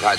had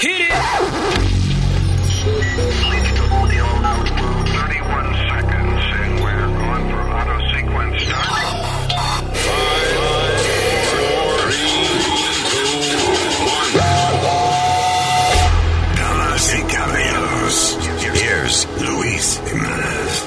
Hit it! Damas y caballeros, here's Luis Jimenez.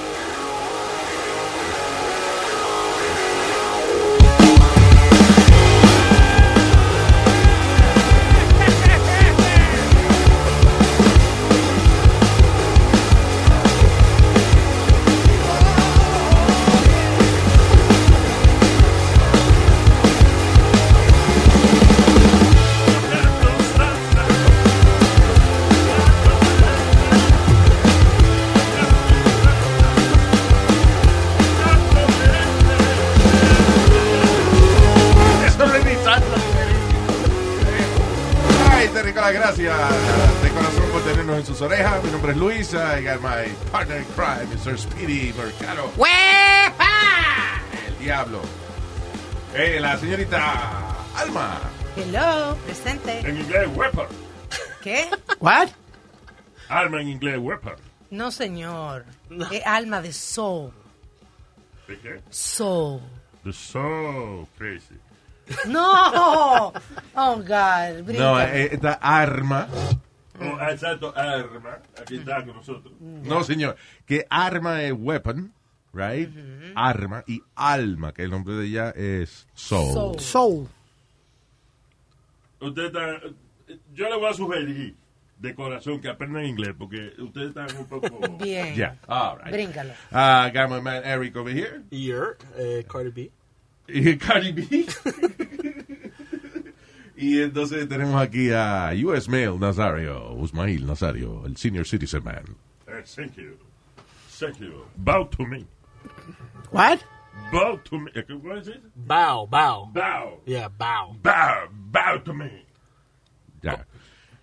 Eso no es ni salsa. Ay, te Nicolás, gracias de corazón por tenernos en sus orejas. Mi nombre es Luis. I got my partner in crime, Mr. Speedy Mercado. El diablo. Eh, la señorita Alma. Hello, presente. En inglés, Weapon. ¿Qué? What? Alma en inglés, Weapon. No, señor. Es alma de soul. ¿De qué? Soul. The so crazy. No. Oh, God. Brinca. No, eh, esta arma. Oh, exacto, arma. Aquí está con nosotros. No, señor. Que arma es weapon, right? Arma y alma, que el nombre de ella es soul. Soul. Soul. Ustedes están. Yo les voy a sugerir de corazón que aprendan inglés porque ustedes están un poco. Bien. Yeah, all right. Bríncalo. Uh, got my man Eric over here. Year, eh, Cardi B. Y Cardi B. y entonces tenemos aquí a US Mail Nazario, Usmail Nazario, el senior citizen man. Eh, thank you. Thank you. Bow to me. What? Bow to me. Eh, ¿Cómo es eso? Bow, bow. Bow. Yeah, bow. Bow. Bow to me. Ya.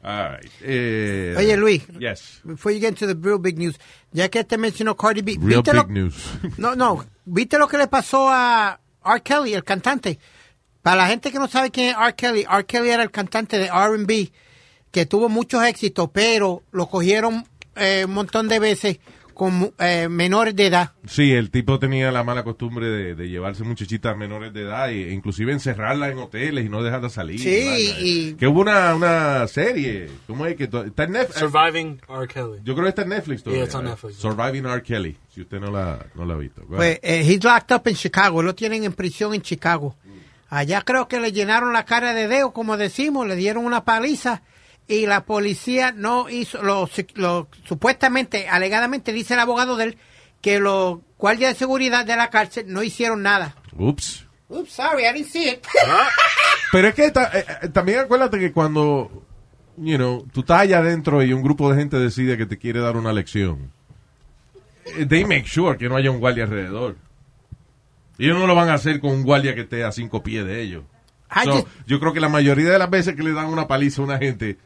All right. Eh, Oye, Luis. Yes. Before you get into the real big news, ya que te mencionó Cardi B, Real ¿viste big lo- news. No, no, ¿viste lo que le pasó a R. Kelly, el cantante? Para la gente que no sabe quién es R. Kelly, R. Kelly era el cantante de R&B que tuvo muchos éxitos, pero lo cogieron eh, un montón de veces con eh, menores de edad. Sí, el tipo tenía la mala costumbre de, de llevarse muchachitas menores de edad e inclusive encerrarlas en hoteles y no dejarlas salir. Sí, vaina. y- Que hubo una, una serie, ¿cómo es? que to- Está en Netflix. Surviving R. Kelly. Yo creo que está en Netflix todavía. Yeah, it's on Netflix. Surviving R. Kelly, si usted no la, no la ha visto. Go Pues ahead. eh, he's locked up en Chicago, lo tienen en prisión en Chicago. Mm. Allá creo que le llenaron la cara de dedo, como decimos, le dieron una paliza y la policía no hizo, lo, lo- supuestamente, alegadamente dice el abogado de él, que los guardias de seguridad de la cárcel no hicieron nada. Ups. Oops, sorry, I didn't see it. Pero es que ta- eh, eh, también acuérdate que cuando, you know, tú estás allá adentro y un grupo de gente decide que te quiere dar una lección, eh, they make sure que no haya un guardia alrededor. Ellos no lo van a hacer con un guardia que esté a cinco pies de ellos. I So, just- yo creo que la mayoría de las veces que le dan una paliza a una gente,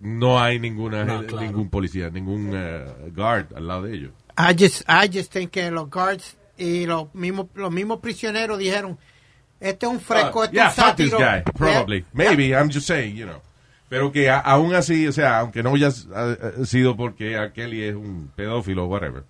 no hay ninguna No, gen- claro. ningún policía, ningún eh, guard al lado de ellos. I just, I just think que los guards y los mismos, los mismos prisioneros dijeron, este es un fresco, Uh, este es yeah, un fuck this sátiro". guy, Yeah. probably. Maybe, I'm just saying, you know. Pero que a- aún así, o sea, aunque no haya s- ha- ha sido porque a Kelly es un pedófilo o whatever.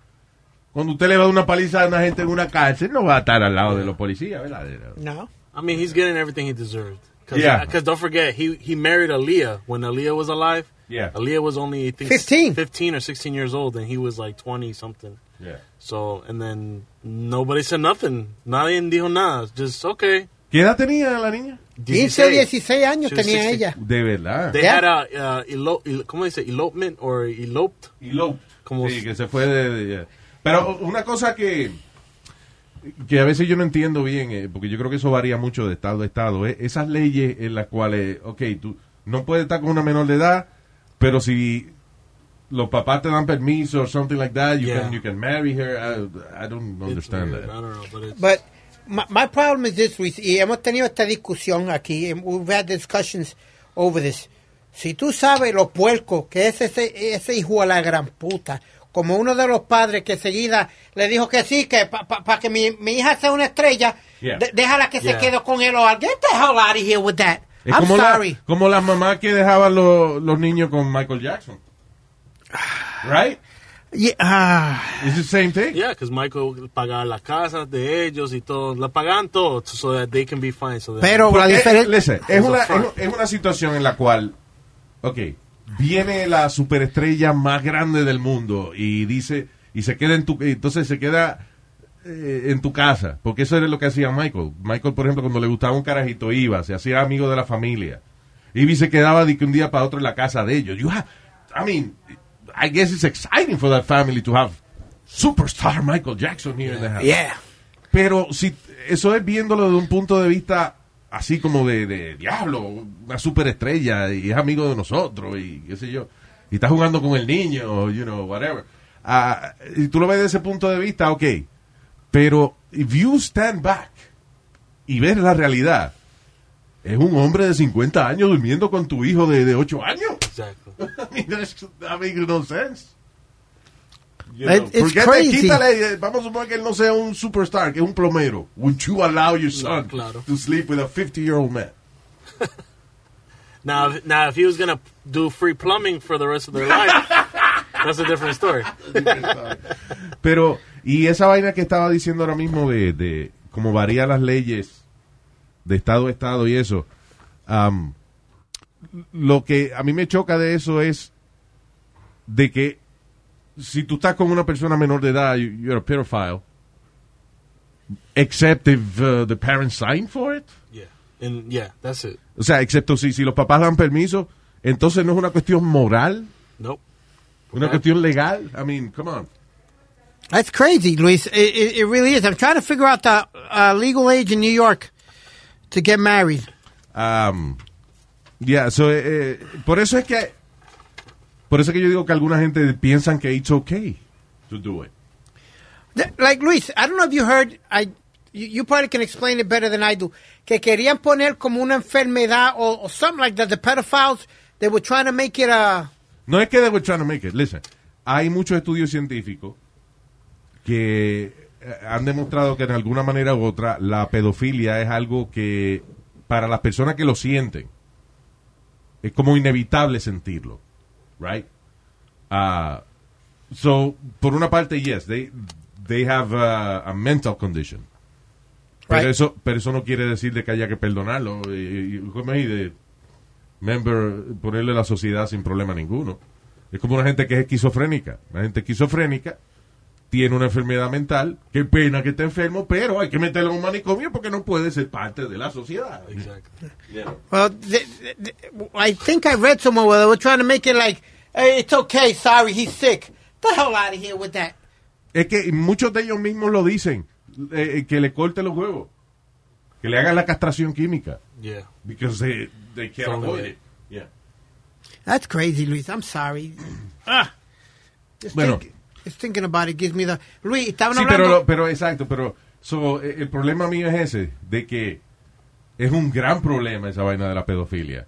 Cuando usted le va a dar una paliza a una gente en una cárcel, no va a estar al lado de los policías, ¿verdad? No. I mean, he's getting everything he deserved. Cause, Yeah. Because don't forget, he, he married Aaliyah when Aaliyah was alive. Yeah. Aaliyah was only, I think, 15. 15 or 16 years old, and he was like 20 something. Yeah. So, and then nobody said nothing. Nadie dijo nada. Just, okay. ¿Qué edad tenía la niña? 15, 16 años She was tenía 16. ella. De verdad. They Yeah. had a, uh, elo- el- ¿cómo dice? Elopement or eloped? Elope. Como- sí, que se fue de, de- Pero una cosa que que a veces yo no entiendo bien, eh, porque yo creo que eso varía mucho de estado a estado, eh, esas leyes en las cuales, ok, tú no puedes estar con una menor de edad, pero si los papás te dan permiso o something like that, you, Yeah. can, you can marry her. I, I don't It's understand weird. I that. don't know, but it's, But my, my problem is this, Luis, y hemos tenido esta discusión aquí, and we've had discussions over this. Si tú sabes lo puerco que es ese, ese hijo a la gran puta, como uno de los padres que seguida le dijo que sí, que para que mi, mi hija sea una estrella, Yeah. de- déjala que se Yeah. quede con él o algo. Get the hell out of here with that. Es I'm como, la- sorry. como las mamás que dejaban lo- los niños con Michael Jackson. Right? Yeah, ah. It's the same thing. Yeah, because Michael pagaba las casas de ellos y todo. La pagaban todo so that they can be fine. So that- pero la Porque, eh, diferencia... listen, es, It's a una, es, fact. es una situación en la cual, ok, viene la superestrella más grande del mundo y dice, y se queda en tu, entonces se queda eh, en tu casa, porque eso era lo que hacía Michael. Michael, por ejemplo, cuando le gustaba un carajito iba, se hacía amigo de la familia. Ivy se quedaba de que un día para otro en la casa de ellos. You have- I mean, I guess it's exciting for that family to have superstar Michael Jackson here in the house. Yeah. Pero si eso es viéndolo de un punto de vista así como de, de diablo, una superestrella y es amigo de nosotros y qué sé yo, y está jugando con el niño, you know, whatever. Ah, y tú lo ves desde ese punto de vista, ok. Pero if you stand back y ves la realidad, es un hombre de 50 años durmiendo con tu hijo de, de 8 años. Exactly. I mean, that's, that makes no sense. You It- know, it's porque te- crazy. quítale, eh, vamos a suponer que él no sea un um superstar, que es un plomero. Would you allow your son claro. to sleep with a 50-year-old man? Now, if- now, if he was gonna do free plumbing for the rest of their life, that's a different story. Pero, y esa vaina que estaba diciendo ahora mismo de, de cómo varían las leyes de estado a estado y eso, am, lo que a mí me choca de eso es de que si tú estás con una persona menor de edad, you- you're a pedophile, except if uh, the parents sign for it. Yeah, and yeah, that's it. O sea, excepto si, si los papás dan permiso, entonces no es una cuestión moral, Nope. una Claro. cuestión legal. I mean, come on. That's crazy, Luis. It, it, it really is. I'm trying to figure out the uh, legal age in New York to get married. Um, yeah, so, eh, eh, por eso es que por eso es que yo digo que alguna gente piensan que it's okay to do it. Th- Like Luis, I don't know if you heard. I you, you probably can explain it better than I do. Que querían poner como una enfermedad or, or something like that. The pedophiles they were trying to make it a No es que they were trying to make it. Listen, hay muchos estudios científicos que eh, han demostrado que en alguna manera u otra la pedofilia es algo que para las personas que lo sienten es como inevitable sentirlo, right? Ah, so, por una parte, yes, they, they have a, a mental condition. Pero, Right. eso, pero eso no quiere decir de que haya que perdonarlo. Y, y- ¿cómo es? Y de member, ponerle la sociedad sin problema ninguno. Es como una gente que es esquizofrénica. La gente esquizofrénica tiene una enfermedad mental. Qué pena que esté enfermo, pero hay que meterlo en un manicomio porque no puede ser parte de la sociedad. Exactly. well. th th th- I think I read somewhere where they were trying to make it like, hey, it's okay. Sorry, he's sick. The hell out of here with that. Es que muchos de ellos mismos lo dicen, eh, que le corte los huevos, que le hagan la castración química, Yeah. because they, they can't Son de- avoid it. Yeah. That's crazy, Luis. I'm sorry. Ah, just, Bueno. think- just thinking about it gives me the Luis. Estaban Sí, hablando. pero, lo- pero exacto, pero so, eh, el problema mío es ese, de que es un gran problema esa vaina de la pedofilia.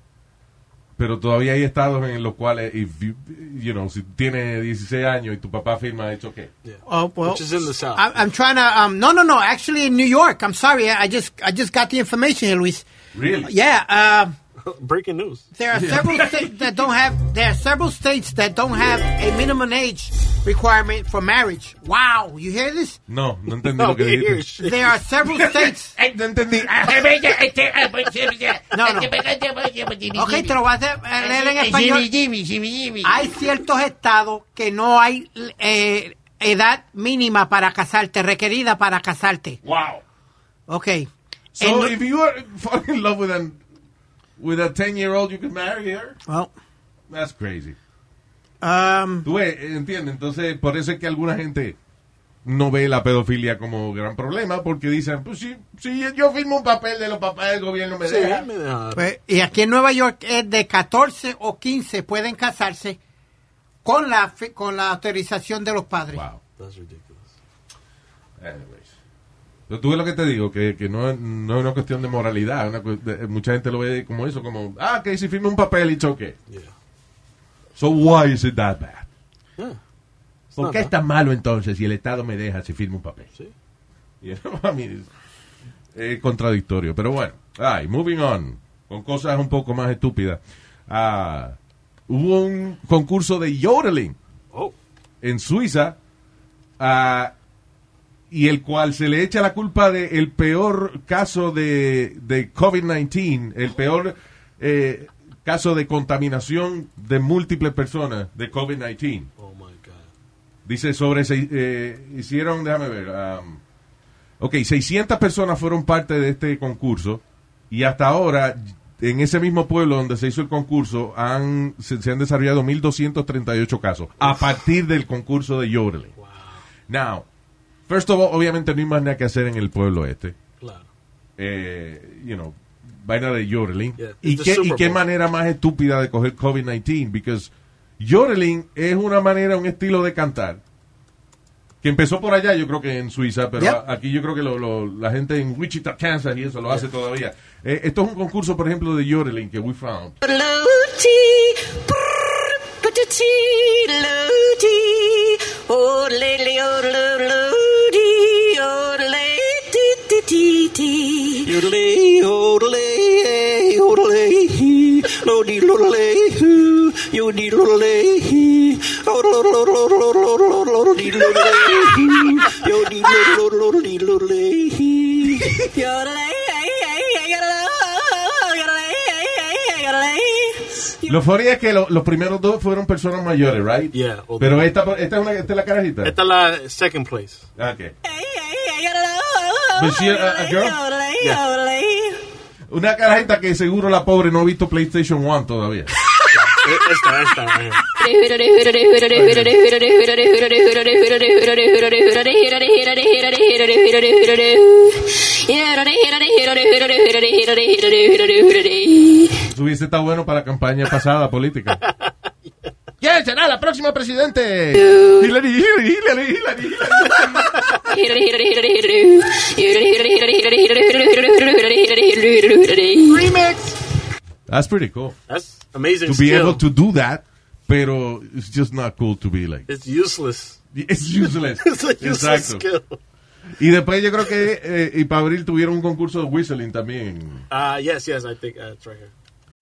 Pero todavía hay estados en los cuales, if you, you know, si tienes 16 años y tu papá firma, hecho que Yeah. Oh well, Which is in the south. I, I'm trying to. Um, no, no, no. Actually, in New York. I'm sorry. I, I just, I just got the information here, Luis. Really? Yeah. Uh, Breaking news. there are several states that don't have. There are several states that don't have a minimum age requirement for marriage. Wow, you hear this? No, no entendí No, lo que we hear dijiste. Oh, shit. There are several states. Ay, no entendí. Ah, No, no. Okay, te lo voy a hacer, eh, leer en español. Hay ciertos estados que no hay eh, edad mínima para casarte, requerida para casarte. wow. Okay. So En- if you are falling in love with an with a 10 year old you could marry her? well, That's crazy. um, Tú ves, entiendes, entonces por eso es que alguna gente no ve la pedofilia como gran problema porque dicen, pues sí, sí yo firmo un papel de los papás del gobierno me Sí, deja. me deja- Pues, y aquí en Nueva York es de 14 o 15 pueden casarse con la fi- con la autorización de los padres. Wow. That's ridiculous. Anyways. Pero tú ves lo que te digo, que, que no, es- no es una cuestión de moralidad, una cu- de- eh, mucha gente lo ve como eso, como, ah, que si firme un papel y choque. Yeah. So why is it that bad? Yeah. It's ¿Por not qué bad. está malo entonces si el Estado me deja si firmo un papel? Sí. You know, I mean, it's- eh, contradictorio. Pero bueno, ay, moving on, con cosas un poco más estúpidas. Ah, hubo un concurso de yodeling Oh. en Suiza ah, y el cual se le echa la culpa del el peor caso de, de COVID-19, el peor eh, caso de contaminación de múltiples personas de COVID-19. Oh my God. Dice sobre, seis- eh, hicieron, déjame ver, um, ok, 600 personas fueron parte de este concurso y hasta ahora, en ese mismo pueblo donde se hizo el concurso, han, se, se han desarrollado 1.238 casos a partir del concurso de Yodeling. Now, first of all, obviamente no hay más nada que hacer en el pueblo este. Claro. Eh, you know, vaina de Yodeling. Yeah, ¿Y, it's the qué, Super ¿Y qué Bowl. manera más estúpida de coger COVID-19? Because Yodeling es una manera, un estilo de cantar. Que empezó por allá, yo creo que en Suiza, pero Yep. a- aquí yo creo que lo- lo- la gente en Wichita, Kansas y eso lo hace todavía. Eh, esto es un concurso, por ejemplo, de Yodeling que we found. Luti, patati, luti, oh lady, oh luti, oh lady, ti ti ti. Yodelay, yodelay, yodelay, lodi, lodelay, yodi, lodelay, lodi, lodelay, yodi, lodi, lodelay. Your lady, your lady, your lady, your lady. Lo funny es que lo- los primeros dos fueron personas mayores, right? Yeah, old- Pero esta, esta, es una, esta es la carajita. Esta es la second place. Ah, ok. But Was she a- a- a girl? Yeah. Una carajita que seguro la pobre no ha visto PlayStation 1 todavía. E- Esta, esta. man. Eso hubiese estado bueno para la campaña pasada política. ¿Quién será la próxima presidente? Hillary, Hillary, Hillary, Hillary. That's pretty cool. That's amazing To be skill. able to do that, pero it's just not cool to be like. It's useless. It's useless. It's a useless Exacto. skill. Y después yo creo que, eh, y para abril tuvieron un concurso de whistling también. Uh, yes, yes, I think uh, it's right here.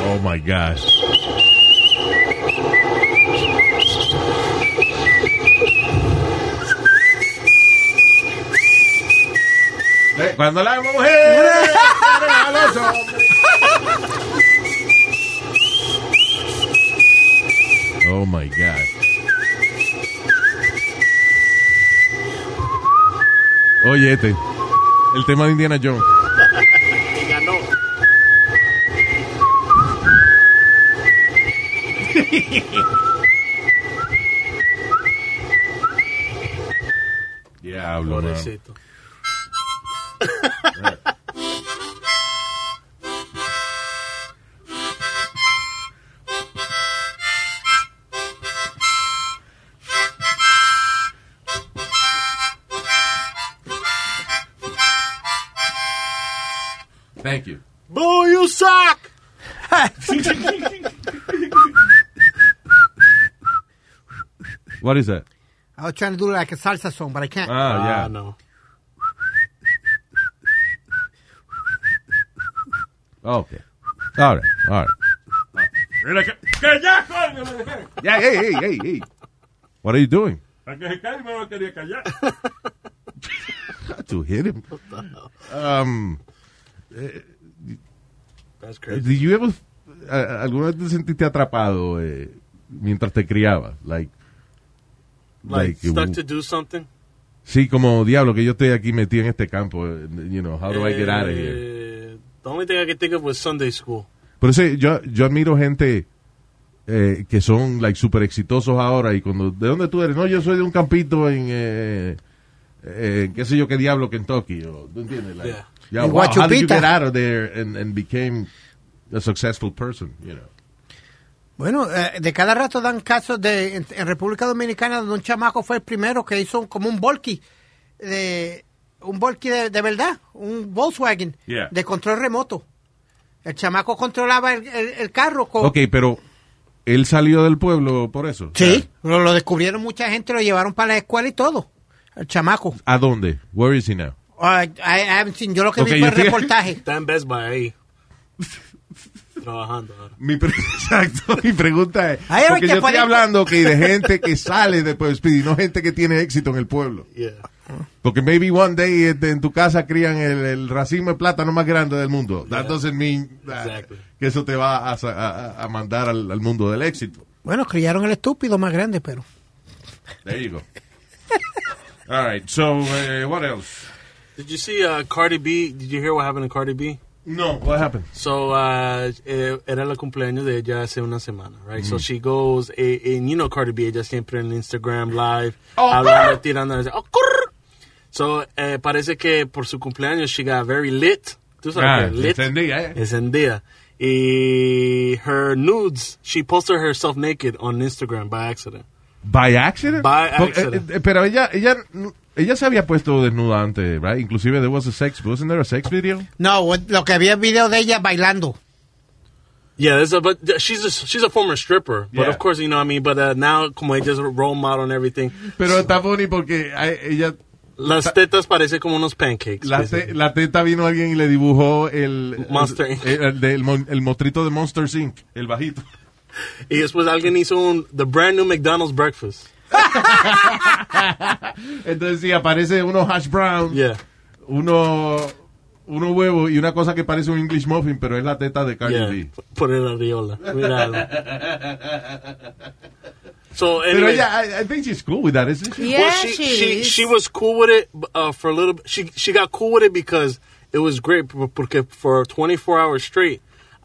Oh my gosh. Eh, Cuando la mujer a los hombres. Oh my God. Oye, este. El tema de Indiana Jones. Yeah, no. Diablo, man. Pobrecito. Thank you. Boo, you suck! What is that? I was trying to do like a salsa song, but I can't. Ah, Ah, yeah. no. Okay. All right. All right. Mira, que, que ya, coño. Yeah, hey, hey, hey, hey. What are you doing? Para que se calme, no quería callar. To hit him. Um, That's crazy. did you ever, a- ¿Alguna vez te sentiste atrapado eh, mientras te criabas? Like, Like, like, stuck uh, to do something. Sí, como diablo, que yo estoy aquí metido en este campo. eh, You know, how do I get out of here? Eh, The only thing I could think of was Sunday school. Por eso yo, yo admiro gente eh, que son like super exitosos ahora y cuando de dónde tú eres no yo soy de un campito en eh, eh, qué sé yo qué diablo Kentucky o ¿tú entiendes like, Yeah. yeah, En wow, how did you Guachupita. get out of there and, and became a successful person you know Bueno, eh, de cada rato dan casos de en, en República Dominicana donde un chamaco fue el primero que hizo un- como un volky de un volky de, de verdad, un Volkswagen Yeah. de control remoto. El chamaco controlaba el, el- el carro con Ok, pero él salió del pueblo por eso Sí, lo, lo descubrieron mucha gente, lo llevaron para la escuela y todo. El chamaco. a dónde where is he now Ah, I- I haven't seen- yo lo que Ok, vi yo fue el estoy- reportaje. Está en Best Buy ahí. Trabajando ahora. Mi pre- Exacto, mi pregunta es, Ay, a ver, porque que yo estoy puede- hablando que de gente que sale de Pueblo Speedy, no gente que tiene éxito en el pueblo. Yeah. Porque maybe one day este, en tu casa crían el, el racimo de plátano más grande del mundo. That doesn't mean that- Exactly. que eso te va a, sa- a- a mandar al, al mundo del éxito. Bueno, criaron el estúpido más grande, pero. There you go. All right, so eh, what else? Did you see uh, Cardi B? Did you hear what happened to Cardi B? No, what happened? So, uh, eh, era el cumpleaños de ella hace una semana, right? Mm. So she goes, eh, and you know Cardi B, ella siempre en Instagram live, hablando, tirando, dice, "Oh, curr." So, eh, parece que por su cumpleaños she got very lit. Tú sabes, que lit. entendía, Ah, eh. Encendida. Y her nudes, she posted herself naked on Instagram by accident. By accident? By Porque, eh, accident. eh, pero ella, ella, ella se había puesto desnuda antes, right? Inclusive there was a sex, wasn't there a sex video? No, lo que había el video de ella bailando. Yeah, there's a, but she's a, she's a former stripper, but Yeah. of course, you know what I mean. But uh, now, como ella es role model and everything, Pero está funny porque a- ella, las tetas parece como unos pancakes. la, te- basically. la teta vino alguien y le dibujó el Monster el, Inc. el, del mon- el mostrito de Monster Inc. El bajito. y después alguien hizo un, the brand new McDonald's breakfast. Entonces sí, aparece uno hash brown, Yeah. uno, uno huevo y una cosa que parece un English muffin, pero es la teta de Cardi Yeah, E B. p- poner la riola. Míralo. so anyway, Pero ella, I, I think she's cool with that, isn't she? Yeah, well, she, she, she was cool with it uh, for a little. bit. She she got cool with it because it was great. p- Porque for 24 hours straight,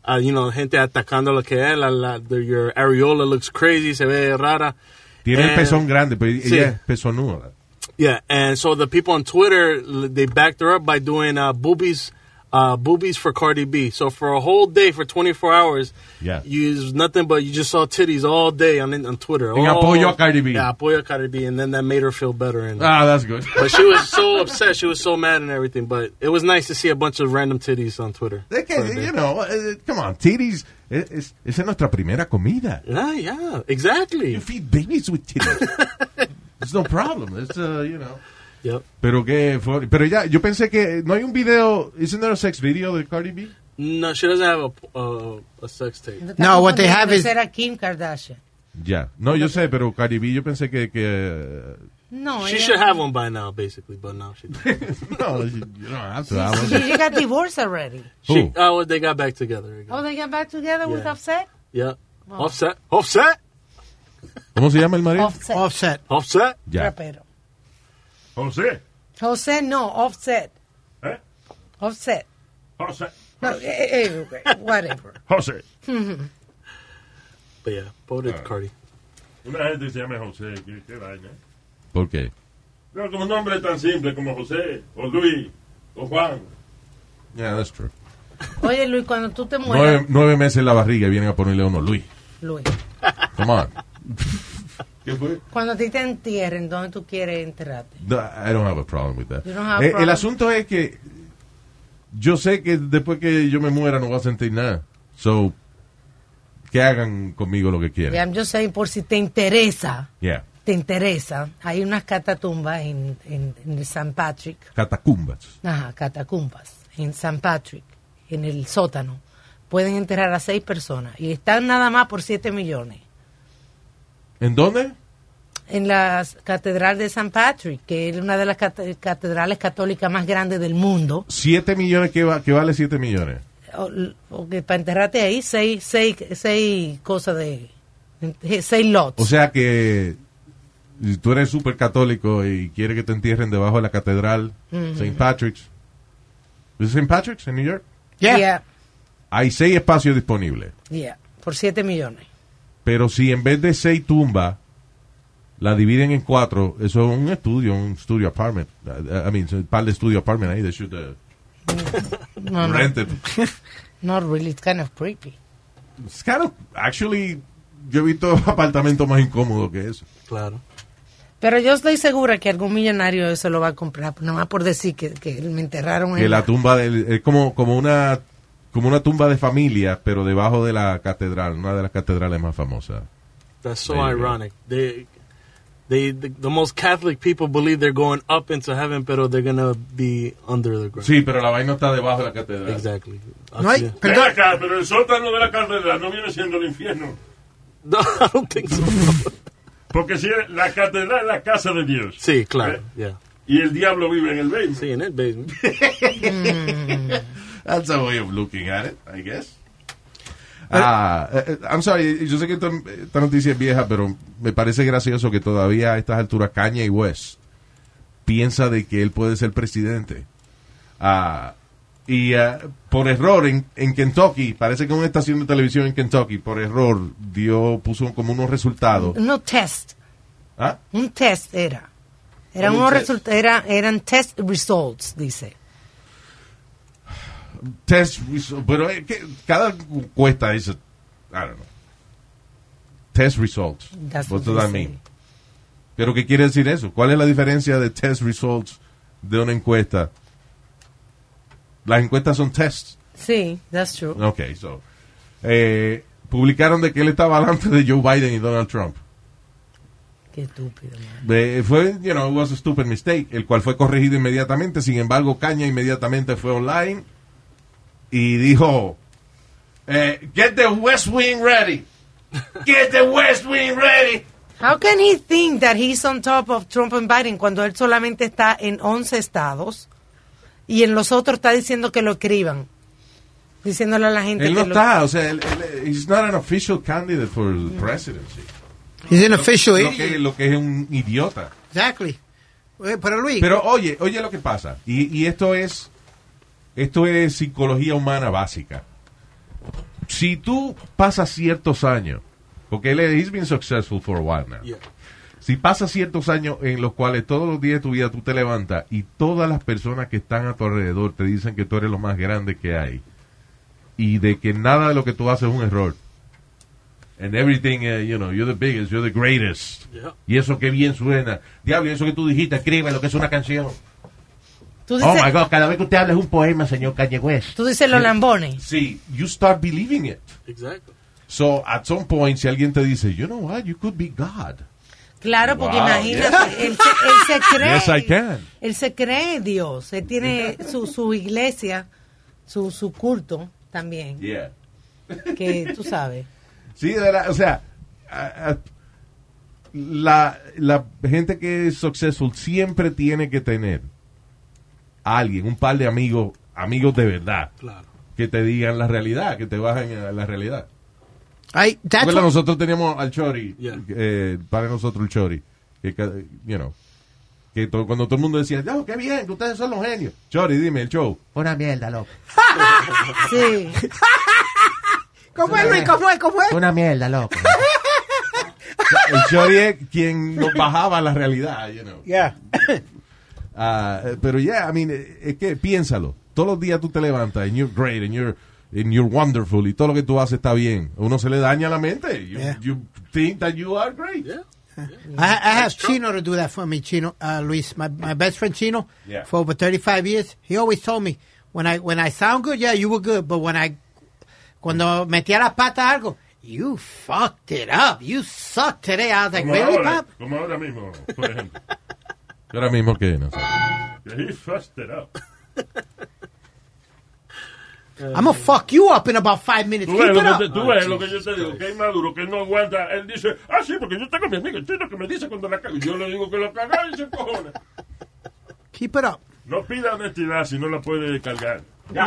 uh, you know, gente atacando lo que es la, la the, your areola looks crazy, se ve rara. Tiene el And- pezón grande, pero Eh. Sí. ella es pezonuda. Yeah, and so the people on Twitter l- they backed her up by doing uh, boobies, uh, boobies for Cardi B. So for a whole day, for 24 hours, Yeah. you was nothing but you just saw titties all day on on Twitter. En All- apoyo a Cardi B. Yeah, apoyo a Cardi B, and then that made her feel better. And Ah, that's good. but she was so upset, she was so mad and everything. But it was nice to see a bunch of random titties on Twitter. Es que, for a day. you know, eh, come on, titties, eh, es- esa es nuestra primera comida. Yeah, yeah, You exactly. feed babies with titties. It's no problem. It's, uh, you know. Yep. Pero que, fue- pero ya, yo pensé que no hay un video, isn't there a sex video de Cardi B? No, she doesn't have a uh, a sex tape. No, what they have is- Era Kim Kardashian. Ya, no, yo sé, pero Cardi B, yo pensé que, que No, She ella- should have one by now, basically, but no, she doesn't. no, you don't have to. She, she got divorced already. She, Who? oh, they got back together again. Oh, they got back together with Yeah. Offset? Yeah. Offset. Offset. ¿Cómo se llama el marido? Offset. Offset. Offset. Ya. Rapero. José. José, no, Offset. ¿Eh? Offset. José. No, eh, eh, okay, whatever. José. But yeah, voted Cardi. Una gente se llama José. Qué, qué vaina. ¿Por qué? No, como un nombre tan simple como José, o Luis, o Juan. Yeah, that's true. Oye, Luis, cuando tú te Nueve, mueras, nueve meses en la barriga y vienen a ponerle uno, Luis. Luis, Come on. ¿Qué fue? cuando a ti te entierren, ¿dónde tú quieres enterrarte? No, I don't have a problem with that. You don't have a Eh, El problem? asunto es que yo sé que después que yo me muera no voy a sentir nada. So, que hagan conmigo lo que quieran. Yeah, I'm just saying, por si te interesa, Yeah. te interesa, hay unas catatumbas en, en, en San Patrick, Catacumbas. ajá, catacumbas, en San Patrick, en el sótano. Pueden enterrar a seis personas y están nada más por siete millones. ¿En dónde? en la Catedral de San Patrick, que es una de las cate- catedrales católicas más grandes del mundo. 7 millones, que, va, que vale 7 millones? O- o que para enterrarte ahí, seis, seis, seis cosas de. seis lots. O sea que si tú eres súper católico y quieres que te entierren debajo de la catedral St. Patrick's. ¿Es St. Patrick's en New York? Yeah. Yeah, Hay seis espacios disponibles. yeah, por 7 millones. Pero si en vez de seis tumbas la dividen en cuatro, eso es un estudio, un studio apartment. I I mean, un par de estudio apartment ahí. They should uh, No, no, rent it. not really, it's kind of creepy. It's kind of- actually, yo he visto apartamentos más incómodos que eso. Claro. Pero yo estoy segura que algún millonario eso lo va a comprar, nomás por decir que, que me enterraron Que en la tumba del, es como, como una como una tumba de familia, pero debajo de la catedral, una de las catedrales más famosas. That's so There you go. ironic. They, they, the, the most Catholic people believe they're going up into heaven, pero they're gonna be under the ground. Sí, pero la vaina está debajo de la catedral. Exactly. No hay, Occident- Ven perdón, acá, pero el sótano de la catedral no viene siendo el infierno. No, I don't think so. Porque si es- la catedral es la casa de Dios. sí, claro. Yeah. Y el diablo vive en el basement. Sí, en el basement. That's a way of looking at it, I guess. Ah, eh, eh, I'm sorry, yo sé que esta, esta noticia es vieja, pero me parece gracioso que todavía a estas alturas Kanye West piensa de que él puede ser presidente. Ah, y ah, por error en, en Kentucky, parece que una estación de televisión en Kentucky, por error, dio puso como unos resultados. No test, ¿Ah? un test era. Era Un unos test. result- era, eran test results, dice. Test result- pero eh, que- cada cuesta es, I don't know. Test results. That's What what does they that say. mean? Pero ¿qué quiere decir eso? ¿Cuál es la diferencia de test results de una encuesta? Las encuestas son tests. Sí, that's true. Ok, so. eh, publicaron de que él estaba delante de Joe Biden y Donald Trump. Qué estúpido. man. De- fue, you know, it was a stupid mistake, el cual fue corregido inmediatamente. Sin embargo, Caña inmediatamente fue online y dijo: eh, Get the West Wing ready. Get the West Wing ready. How can he think that he's on top of Trump and Biden cuando él solamente está en 11 estados y en los otros está diciendo que lo escriban? Diciéndole a la gente Él que no lo- está, o sea, él, él- he's not an official candidate for presidency. he's an official Lo idiot. que, lo que es un idiota. Exactly. Eh, Pero Luis, Pero oye, oye lo que pasa. Y, y esto es esto es psicología humana básica. Si tú pasas ciertos años, porque él es- he's been successful for a while now. Yeah. Si pasas ciertos años en los cuales todos los días de tu vida tú te levantas y todas las personas que están a tu alrededor te dicen que tú eres lo más grande que hay y de que nada de lo que tú haces es un error. And everything, eh, you know, you're the biggest, you're the greatest. Yeah. Y eso que bien suena. Diablo, eso que tú dijiste, escribe lo que es una canción. Tú Oh dices, my God, cada vez que usted habla es un poema, señor Kanye West. tú dices los lambones. Sí, you start believing it. Exactly. So, at some point, si alguien te dice, you know what, you could be God. Claro, porque Wow, imagínate, él, se, él se cree. Yes, I can. Él se cree Dios. Él tiene su, su iglesia, su, su culto también. Yeah. Que tú sabes. Sí, de verdad, o sea, a- a- la, la gente que es successful siempre tiene que tener a alguien, un par de amigos, amigos de verdad, Claro. que te digan la realidad, que te bajen a la realidad. I, that's Recuerda, what- nosotros teníamos al Chori, Yeah. eh, para nosotros el Chori, que, ca- you know, que to- cuando todo el mundo decía, no, qué bien, que ustedes son los genios. Chori, dime, el show. Una mierda, loco. Sí. ¿Cómo es Luis? ¿Cómo es? ¿Cómo es? Una mierda, loco. el Chori es quien nos bajaba a la realidad, you know. Yeah. Ah, eh, pero ya, I mean, eh, es que piénsalo. Todos los días tú te levantas and you're great and you're, and you're wonderful y todo lo que tú haces está bien. A Uno se le daña la mente. You, Yeah. you think that you are great. Yeah. I, I have Chino to do that for me, Chino, uh, Luis, my, my best friend Chino, Yeah. for over 35 years. He always told me, when I when I sound good, yeah, you were good, but when I, cuando metía la pata algo, you fucked it up. You suck today. I was like, Como really, ahora, Pop? como ahora mismo, por ejemplo. Y Ahora mismo que no sé. He fucked it up. I'm gonna fuck you up in about five minutes. Tú ves, lo Keep que, it te- up. tú Ah, ves lo que yo te digo, que hay maduro que no aguanta. Él dice, ah, sí, porque yo tengo a mi amigo chino que me dice cuando la cago. Yo le digo que lo caga y se cojona. Keep it up. No pida honestidad si no la puede cargar.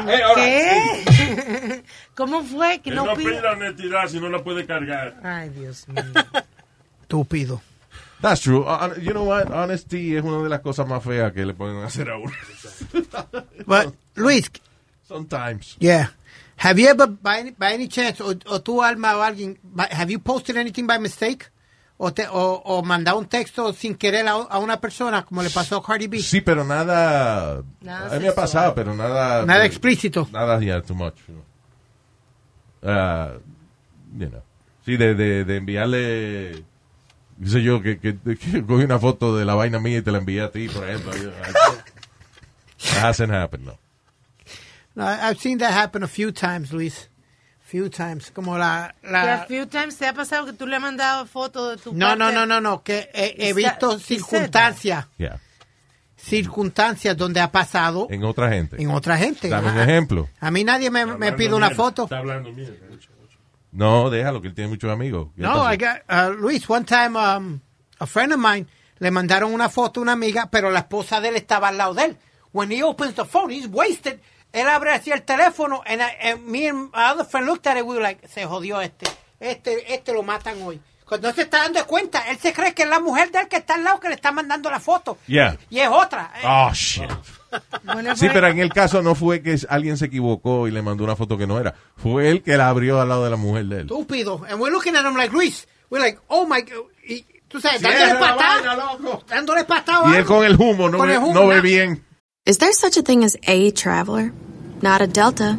eh, ¿Qué? ¿Cómo fue Que que no no pide? pida honestidad si no la puede cargar. Ay, Dios mío. Estúpido. That's true. Uh, uh, you know what? Honesty es una de las cosas más feas que le pueden hacer a uno. But, Luis, Sometimes. yeah. Have you ever, by any, by any chance, o, o tú, Alma, o alguien, by- have you posted anything by mistake? O, te, o, o mandado un texto sin querer a, a una persona, como le pasó a Cardi B? Sí, pero nada. Nada a mí me ha pasado, pero nada. Nada eh, explícito. Nada, yeah, too much. you know. Ah, you know. Sí, de, de, de enviarle. qué sé yo, que, que, que cogí una foto de la vaina mía y te la envié a ti, por ejemplo. you know, like, That hasn't happened, no. No, I- I've seen that happen a few times, Luis. Few times. Como la... Que la a few times te ha pasado que tú le has mandado fotos de tu no, parte? no, no, no, no. Que he, he Is that- visto is that- circunstancias. Yeah. Circunstancias donde ha pasado En otra gente. en otra gente. Dame un A- ejemplo. A mí nadie me, me pide una foto. Está hablando mierda. No, déjalo, que él tiene muchos amigos. ¿Qué No, pasó? I got, uh, Luis, one time um, a friend of mine le mandaron una foto a una amiga, pero la esposa de él estaba al lado de él. When he opens the phone, he's wasted. Él abre así el teléfono and, I- and me and my other friend looked at it, we were like, se jodió este. Este, este lo matan hoy. Cuando no se está dando cuenta, él se cree que es la mujer de él que está al lado que le está mandando la foto. Yeah. Y es otra. Eh, Oh, shit. Bueno, Sí, fue- pero en el caso no fue que alguien se equivocó y le mandó una foto que no era. Fue él que la abrió al lado de la mujer de él. Estúpido. And we're looking at him like, Luis, we're like, oh my God. Y, tú sabes, Cierra dándole la vaina, patada. loco. Dándole patada. Y él con el humo no, Con ve, el humo, no ve na- bien. Is there such a thing as a traveler? Not a Delta,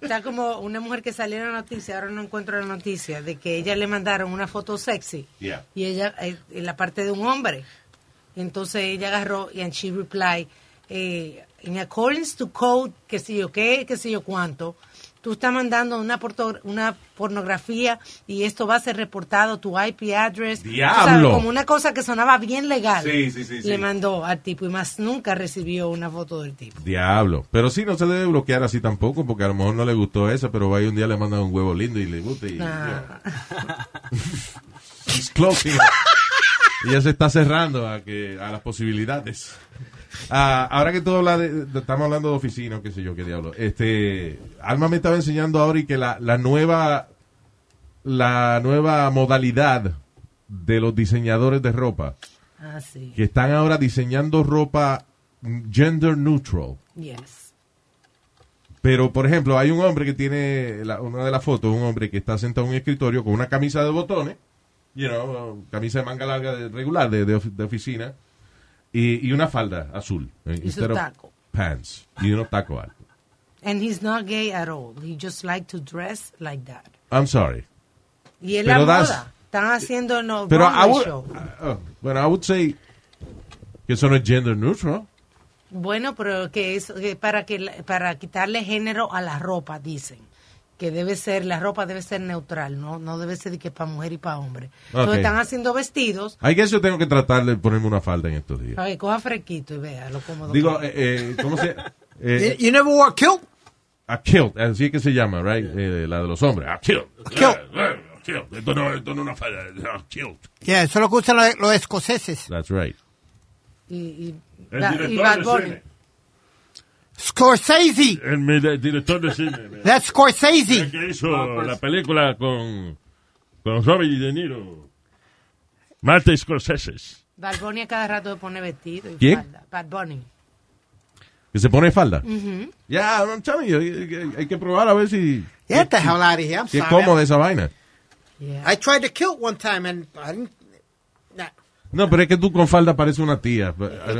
Está como una mujer que salió en la noticia, ahora no encuentro la noticia, de que ella le mandaron una foto sexy Yeah. y ella eh, en la parte de un hombre. Entonces ella agarró y and she replied, eh, in accordance to code, qué sé yo qué, qué sé yo cuánto, tú estás mandando una, porto- una pornografía y esto va a ser reportado, tu IP address. Tú sabes, ¡Diablo! Como una cosa que sonaba bien legal. Sí, sí, sí, Le sí. mandó al tipo y más nunca recibió una foto del tipo. Diablo. Pero sí, no se debe bloquear así tampoco, porque a lo mejor no le gustó esa, pero va y un día le mandan un huevo lindo y le gusta. Y, Nah. It's closing. y ya se está cerrando a, que, a las posibilidades. Ah, ahora que todo habla de, de- estamos hablando de oficina, qué sé yo, qué diablo. Este, Alma me estaba enseñando ahora y que la, la nueva la nueva modalidad de los diseñadores de ropa, Ah, sí. que están ahora diseñando ropa gender neutral. Yes. Pero, por ejemplo, hay un hombre que tiene la- una de las fotos, un hombre que está sentado en un escritorio con una camisa de botones, you know, camisa de manga larga de- regular de, de ofi- de oficina, y, y una falda azul. eh, su instead of taco. Pants. Y unos tacos altos. And he's not gay at all. He just like to dress like that. I'm sorry. Y es Pero la das- moda. Están haciendo no Pero, I runway would, show. uh, uh, bueno, I would say que eso no es gender neutral. Bueno, pero que es que para que la- para quitarle género a la ropa, dicen que debe ser la ropa debe ser neutral, no no debe ser de que para mujer y para hombre. Ok. Entonces están haciendo vestidos Hay que yo tengo que tratar de ponerme una falda en estos días. para que coja fresquito y vea lo cómodo. Digo, que es. eh, eh, ¿cómo se...? You, eh, you never wore a kilt? a kilt, así es que se llama, right? Eh, la de los hombres, a kilt. Kilt. Chill, esto no, esto no es una falda. ah, Chill. Yeah, eso es lo que usan los, los escoceses. That's right. y, y, El la- y director Bad de Bunny. cine. Scorsese. El mi- director de cine. ¿verdad? That's Scorsese. que hizo Ah, pues. la película con, con Robert De Niro. Martin Scorsese. Bad Bunny a cada rato se pone vestido y ¿Quién? falda. Bad Bunny. Que se pone falda. Ya, I'm telling you, hay que- hay que probar a ver si, Get the hell out of here. I'm si es sorry. cómoda esa vaina. Yeah. I tried to kill one time and I didn't. nah. No, pero es que tú con falda pareces una tía.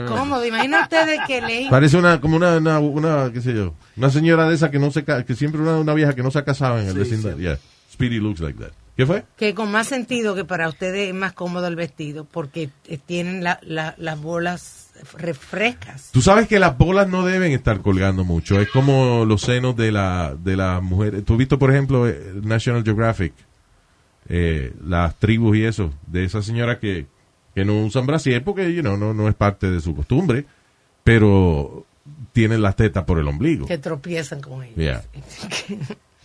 Cómodo. Imagina ustedes que leí. Parece una, como una, una, una, qué sé yo, una señora de esa que no se, ca- que siempre una, una vieja que no se ha casado en el vecindario. Yeah, Speedy looks like that. ¿Qué fue? Que con más sentido que para ustedes es más cómodo el vestido porque eh, tienen la- la- las bolas refrescas. Tú sabes que las bolas no deben estar colgando mucho. Es como los senos de la de las mujeres. Tú has visto, por ejemplo, eh, National Geographic, eh, las tribus y eso, de esas señoras que, que no usan brasier porque you know, no, no es parte de su costumbre, pero tienen las tetas por el ombligo. Que tropiezan con ellas. Yeah.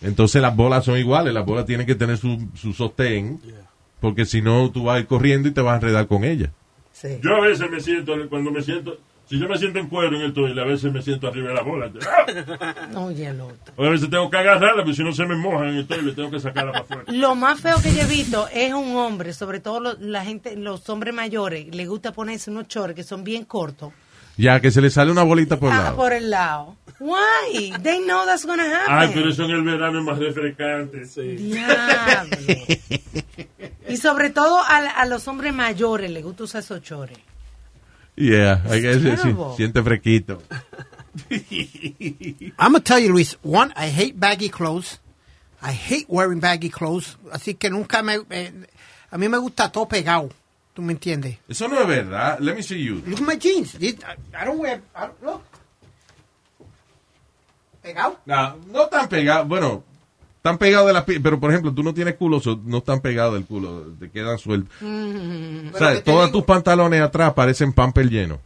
Entonces las bolas son iguales, las bolas tienen que tener su, su sostén, porque si no tú vas a ir corriendo y te vas a enredar con ella. Sí. Yo a veces me siento, cuando me siento, si yo me siento en cuero en el toile, a veces me siento arriba de la bola. ¡Ah! Oye, el otro. O a veces tengo que agarrarla, porque si no se me moja en el toile, tengo que sacarla para afuera. Lo más feo que yo he visto es un hombre, sobre todo lo- la gente, los hombres mayores, le gusta ponerse unos shorts que son bien cortos Ya que se le sale una bolita por el ah, lado. por el lado. Why? They know that's gonna happen. Ay, pero eso en el verano es más refrescante. Diablo. y sobre todo a, la- a los hombres mayores les gusta usar esos shorts. Yeah, I guess It's sí, terrible. siente fresquito. I'm gonna tell you, Luis. One, I hate baggy clothes. I hate wearing baggy clothes. Así que nunca me. eh, a mí me gusta todo pegado. ¿Tú me entiendes? Eso no es verdad. Let me see you. Look at my jeans. These- I, I don't wear. I don't, look. Pegado. Nah, no tan pegado, bueno, tan pegado de las pi- pero por ejemplo, tú no tienes culo, so- no están pegados del culo, te quedan sueltos. O Pero que sea, te todos digo- tus pantalones atrás parecen pamper llenos.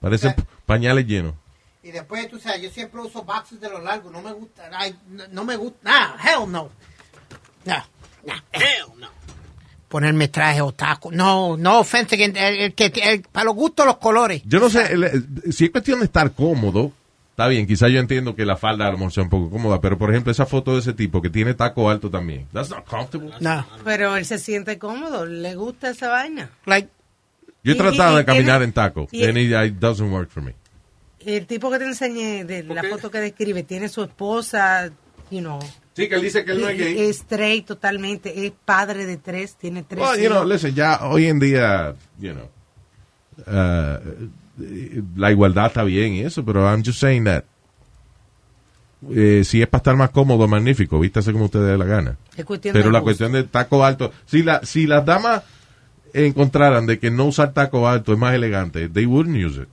Parecen Ya. pañales llenos. Y después, tú sabes, yo siempre uso boxes de los largos. No me gusta. ay, no, no me gusta. Nah, hell no. Nah, nah, hell no. Ponerme traje o taco. No, no offense. que- el- el que- el- para los gustos, los colores. Yo no sé, el- el- si es cuestión de estar cómodo, está bien, quizás yo entiendo que la falda a lo mejor sea un poco cómoda, pero por ejemplo, esa foto de ese tipo que tiene taco alto también. That's not comfortable. No. Pero él se siente cómodo, le gusta esa vaina. Like, Yo he Y- tratado y- de y caminar tiene- en taco, y- and it, it doesn't work for me. El tipo que te enseñé de la Ok. foto que describe tiene su esposa, you know, Sí, que él dice que es straight totalmente, es padre de tres, tiene tres Well, you know, hijos. listen, ya hoy en día, you know, uh, eh, la igualdad está bien y eso, pero I'm just saying that. eh, si es para estar más cómodo, magnífico, vístase como usted dé la gana. Es cuestión Pero de la gusto. cuestión del taco alto, si, la, si las damas encontraran de que no usar taco alto es más elegante, they wouldn't use it.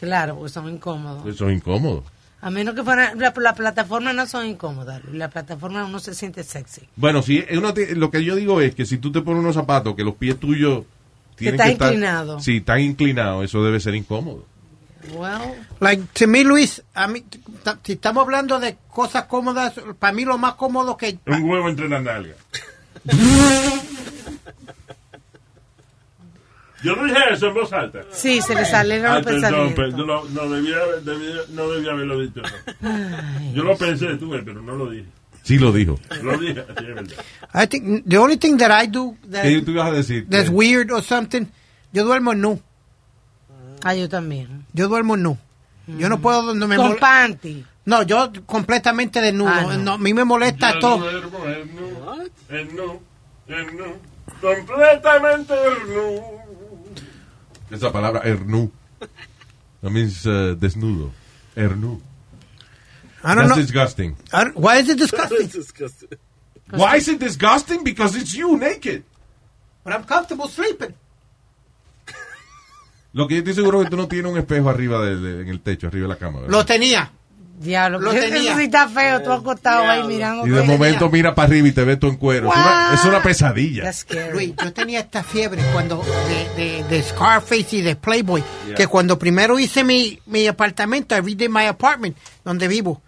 Claro, porque son incómodos. Eso es incómodo. A menos que fueran, la, la plataforma no son incómodas. La plataforma uno se siente sexy. Bueno, si uno ti- lo que yo digo es que si tú te pones unos zapatos que los pies tuyos tienen estás que estar... inclinado. Sí, están inclinados, eso debe ser incómodo. Well, like, to me, Luis, a mí, ta- si estamos hablando de cosas cómodas, para mí lo más cómodo que... Un huevo entre las nalgas. Yo no dije eso en voz alta. sí, se le salieron Ay, los perdón, pensamientos. perdón, no, no debía, debía- no debía haberlo dicho. no. Yo lo pensé, tuve, pero no lo dije. Sí lo dijo. Lo dije, sí, es verdad. I think, the only thing that I do that, ¿Qué tú ibas a decir? that's ¿Qué? weird or something, yo duermo nu. Ah, yo también. Yo duermo nu. Yo no puedo... No, me Con mol- panty. no yo completamente desnudo. Ah, no. No, a mí me molesta Yo todo. duermo en nu, en nu, en nu, completamente en nu. Esa palabra, hernú. That means uh, desnudo. Hernú. I don't That's know. disgusting. I don't- Ah, why is it disgusting? It's disgusting. Why is it disgusting? Because it's you naked. But I'm comfortable sleeping. Lo que yo estoy seguro es que tú no tienes un espejo arriba de- de- en el techo, arriba de la cama. ¿verdad? Lo tenía. Diablo, Lo eso tenía. sí está feo, tú acostado ahí Diablo. mirando. y de momento mira para arriba y te ves tú en cuero. Es una, Wow. es una pesadilla. That's scary. Luis, yo tenía esta fiebre cuando de, de, de Scarface y de Playboy, que cuando primero hice mi, mi apartamento, I redid my apartment, donde vivo,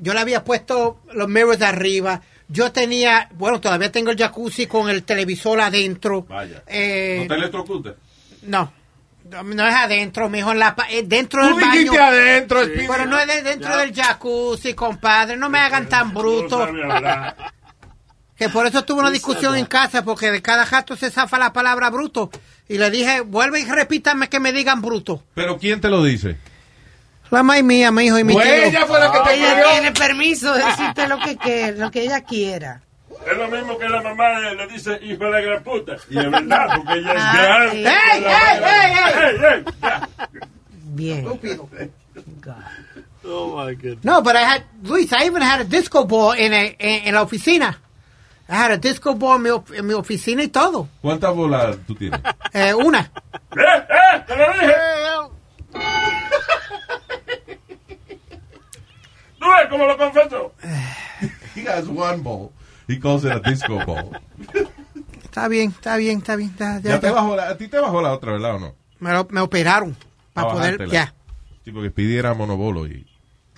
yo le había puesto los mirrors arriba, yo tenía, bueno, todavía tengo el jacuzzi con el televisor adentro. Vaya. Eh, electrocutes? no, No, no es adentro, mijo, en la pa- eh, dentro del Tú baño. dijiste adentro, el Pero no es de- dentro del jacuzzi, compadre. No me hagan tan No bruto. sabe hablar. Que por eso tuve una discusión en casa, porque de cada rato se zafa la palabra bruto. Y le dije, vuelve y repítame que me digan bruto. Pero ¿quién te lo dice? La maíz mía, mi hijo y mi Pues tío. ella fue la que te Ella crió. tiene permiso de decirte lo que, que- lo que ella quiera. Es lo mismo que la mamá le, le dice hijo de la gran puta. Y es verdad, porque ella es Ah, grande. sí. ¡Ey, ey, ey, ey! ¡Ey, ey! Ya. Bien. Oh my goodness. No, but I had, Luis, I even had a disco ball en, el- en, en la oficina. I had a disco ball en mi, of- en mi oficina y todo. ¿Cuántas bolas tú tienes? Eh, una. ¡Eh, eh! ¡Te lo dije! ¿Tú ves cómo lo confesó? He has one ball. He calls it a disco ball. Está bien, está bien, está bien. está- ya- Ya te ya. bajó la, a ti te bajó la otra, ¿verdad o no? Me, lo- me operaron para Ah, poder, ya, bajártela. Sí, porque pidiera monobolo y...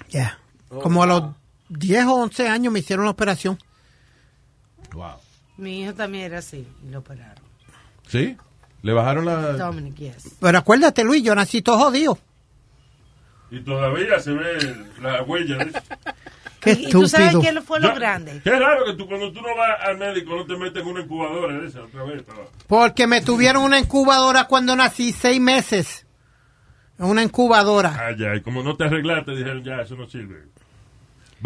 ya. Como a los 10 o 11 años me hicieron la operación. Wow. Mi hijo también era así, y lo operaron. ¿Sí? Le bajaron la... Dominic, yes. Pero acuérdate, Luis, yo nací todo jodido. Y todavía se ve la huella. de eso. Qué y, y tú sabes estúpido. qué fue lo Ya, grande. Qué raro que tú cuando tú no vas al médico no te metes en una incubadora de esa otra vez. para- Porque me tuvieron una incubadora cuando nací, seis meses. Una incubadora. Ah, ya, y como no te arreglaste, dijeron ya, eso no sirve.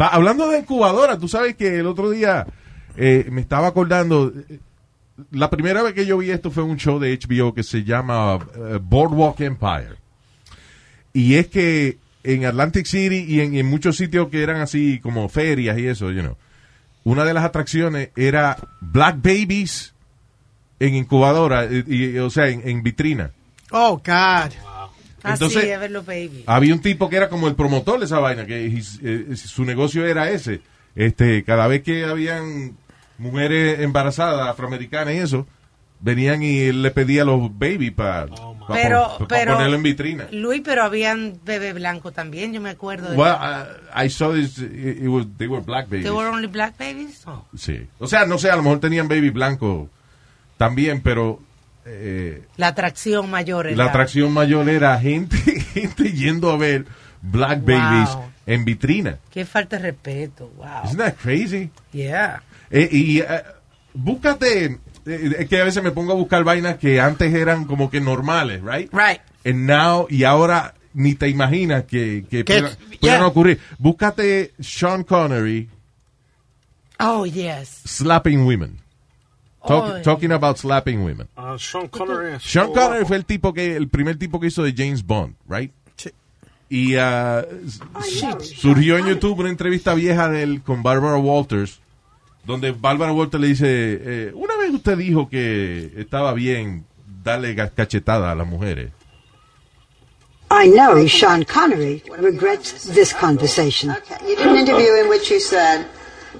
Va, hablando de incubadora, tú sabes que el otro día eh, me estaba acordando... eh, La primera vez que yo vi esto fue un show de HBO que se llama eh, Boardwalk Empire. Y es que en Atlantic City y en, en muchos sitios que eran así como ferias y eso, you know, una de las atracciones era Black Babies en incubadora, eh, y, o sea, en, en vitrina. Oh, God. Así, Entonces- Ah, a verlo, baby. Había un tipo que era como el promotor de esa vaina, que his- eh, su negocio era ese. Este, cada vez que habían mujeres embarazadas, afroamericanas y eso, venían y él le pedía los baby para Pero, pero, ponerlo en vitrina. Luis, pero habían bebé blanco también, yo me acuerdo. de- Well, I, I saw this, it, it was, they were black babies. They were only black babies. Oh. Sí. O sea, no sé, a lo mejor tenían baby blanco también, pero eh, La atracción mayor. era- la atracción mayor era gente, gente yendo a ver black babies Wow. en vitrina. Qué falta de respeto, wow. Isn't that crazy? Yeah. Eh, y eh, búscate, eh, es que a veces me pongo a buscar vainas que antes eran como que normales, right? Right. And now, y ahora ni te imaginas que, que Que- puedan, yeah. puedan ocurrir. Búscate Sean Connery Oh, yes. slapping women. Talk- Oh. Talking about slapping women. Ah, Sean Connery. es Sean todo Connery guapo. fue el tipo que el primer tipo que hizo de James Bond, right? Sí. Y ah, s- surgió en YouTube una entrevista vieja de él con Barbara Walters, donde Barbara Walters le dice, eh, una vez usted dijo que estaba bien darle ga- cachetada a las mujeres. I know Sean Connery regrets this conversation. Okay. You did an interview in which you said,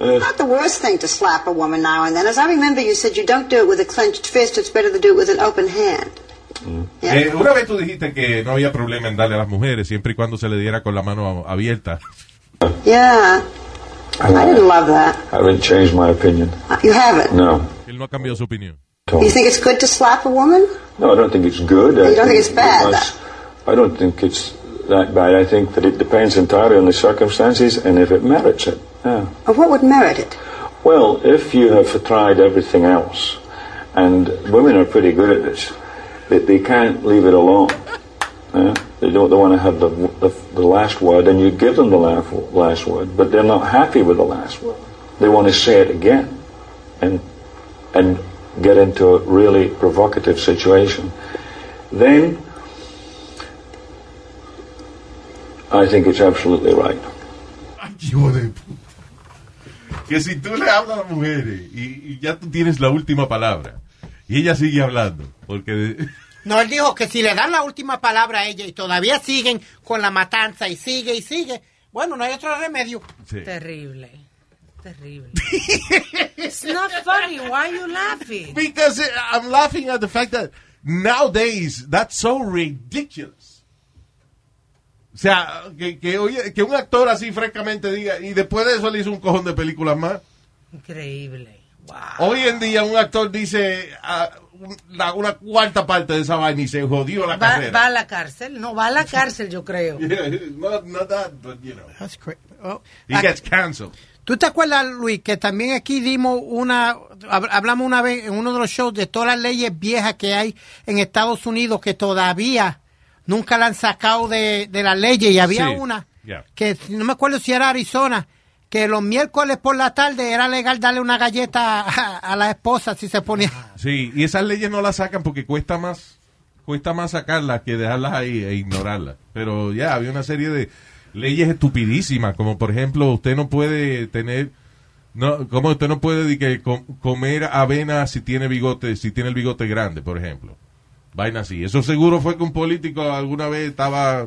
not the worst thing to slap a woman now and then. As I remember, you said you don't do it with a clenched fist. It's better to do it with an open hand. Yeah. Eh, una vez tú dijiste que no había problema en darle a las mujeres siempre y cuando se le diera con la mano a- abierta. Yeah. I didn't love that. haven't changed my opinion. Uh, You haven't. No. Él no ha cambiado su opinión. You think it's good to slap a woman? No, I don't think it's good. You don't think it's bad? I don't think it's that bad. I think that it depends entirely on the circumstances and if it merits it. Yeah. Or what would merit it? Well, if you have tried everything else, and women are pretty good at this, they, they can't leave it alone. Yeah? They don't they want to have the, the, the last word, and you give them the last, last word, but they're not happy with the last word. They want to say it again and, and get into a really provocative situation. Then I think it's absolutely right. Que si tú le hablas a las mujeres y, y ya tú tienes la última palabra y ella sigue hablando, porque... de- No, él dijo que si le dan la última palabra a ella y todavía siguen con la matanza y sigue y sigue, bueno, no hay otro remedio. Sí. Terrible. Terrible. It's not funny. Why are you laughing? Because eh, I'm laughing at the fact that nowadays that's so ridiculous. O sea, que, que, oye, que un actor así francamente diga, y después de eso le hizo un cojón de películas más. Increíble. Wow. Hoy en día un actor dice ah, un- la- una cuarta parte de esa vaina y se jodió la Va, carrera. va a la cárcel. No, va a la cárcel, yo creo. Yeah, not, not that, but you know. That's cra- oh. He gets canceled. ¿Tú te acuerdas, Luis, que también aquí dimos una, hab- hablamos una vez en uno de los shows de todas las leyes viejas que hay en Estados Unidos que todavía nunca la han sacado de, de las leyes y había Sí. una Yeah. que si- no me acuerdo si era Arizona, que los miércoles por la tarde era legal darle una galleta a, a la esposa si se ponía. Sí, y esas leyes no las sacan porque cuesta más cuesta más sacarlas que dejarlas ahí e ignorarlas. Pero ya, había una serie de leyes estupidísimas, como por ejemplo, usted no puede tener no, como usted no puede di que com- comer avena si tiene bigote, si tiene el bigote grande, por ejemplo. Vaina así. Eso seguro fue que un político alguna vez estaba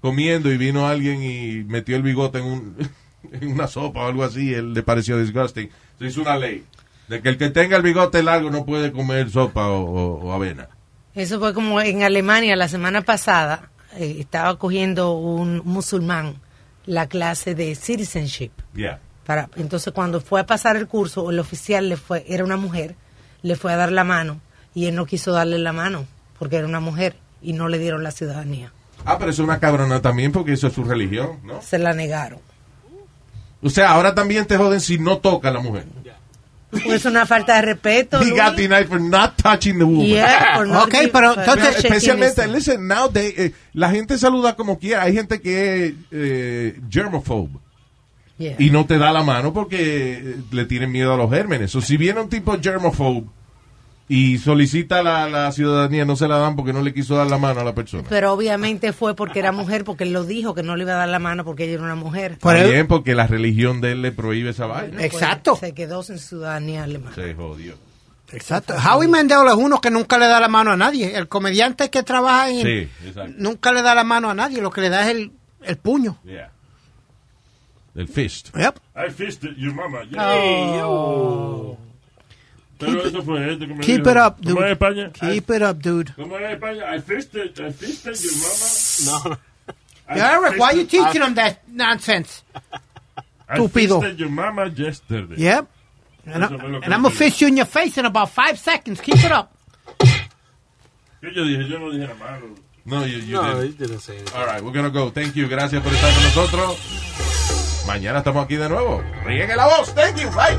comiendo y vino alguien y metió el bigote en, un, en una sopa o algo así, él le pareció disgusting. Se hizo una ley de que el que tenga el bigote largo no puede comer sopa o, o- o avena. Eso fue como en Alemania la semana pasada. eh, estaba cogiendo un musulmán la clase de citizenship. Yeah. para entonces cuando fue a pasar el curso el oficial le fue era una mujer le fue a dar la mano y él no quiso darle la mano porque era una mujer y no le dieron la ciudadanía Ah, pero eso es una cabrona también porque eso es su religión, ¿no? se la negaron O sea, ahora también te joden si no toca a la mujer. Pues es una falta de respeto He Luis. got denied for not touching the woman. Yeah, por no Ok, give- pero for entonces- not shaking especialmente, his- listen, nowadays, eh, la gente saluda como quiera. Hay gente que es eh, germophobe Yeah. y no te da la mano porque eh, le tienen miedo a los gérmenes. O si viene un tipo germophobe y solicita la, la ciudadanía, no se la dan porque no le quiso dar la mano a la persona. pero obviamente fue porque era mujer porque él lo dijo que no le iba a dar la mano porque ella era una mujer Por Está el- bien, porque la religión de él le prohíbe esa vaina. Pues, Exacto. se quedó sin ciudadanía alemana Se jodió. Exacto. Howie Mandel es uno que nunca le da la mano a nadie. El comediante que trabaja en Sí, exacto. nunca le da la mano a nadie. Lo que le da es el, el puño. Yeah. El fist. Yep. I fisted your mama. yeah. Keep Pero it- eso fue este que me Keep dijo. it up, ¿Cómo era dude. España? I- Keep it up, dude. ¿Cómo era España? I fisted, I fisted your mama. No. I Eric, why you fisted- teaching him that nonsense? I estúpido? fisted your mama yesterday. Yep. And, I, Eso fue lo que and I'm le gonna fist you in your face in about five seconds. Keep it up. Que Yo dije, yo no dije nada malo. No, you, you No, didn't. he didn't say anything. All right, we're gonna go. Thank you. Gracias por estar con nosotros. Mañana estamos aquí de nuevo. Riegue la voz. Thank you. Bye.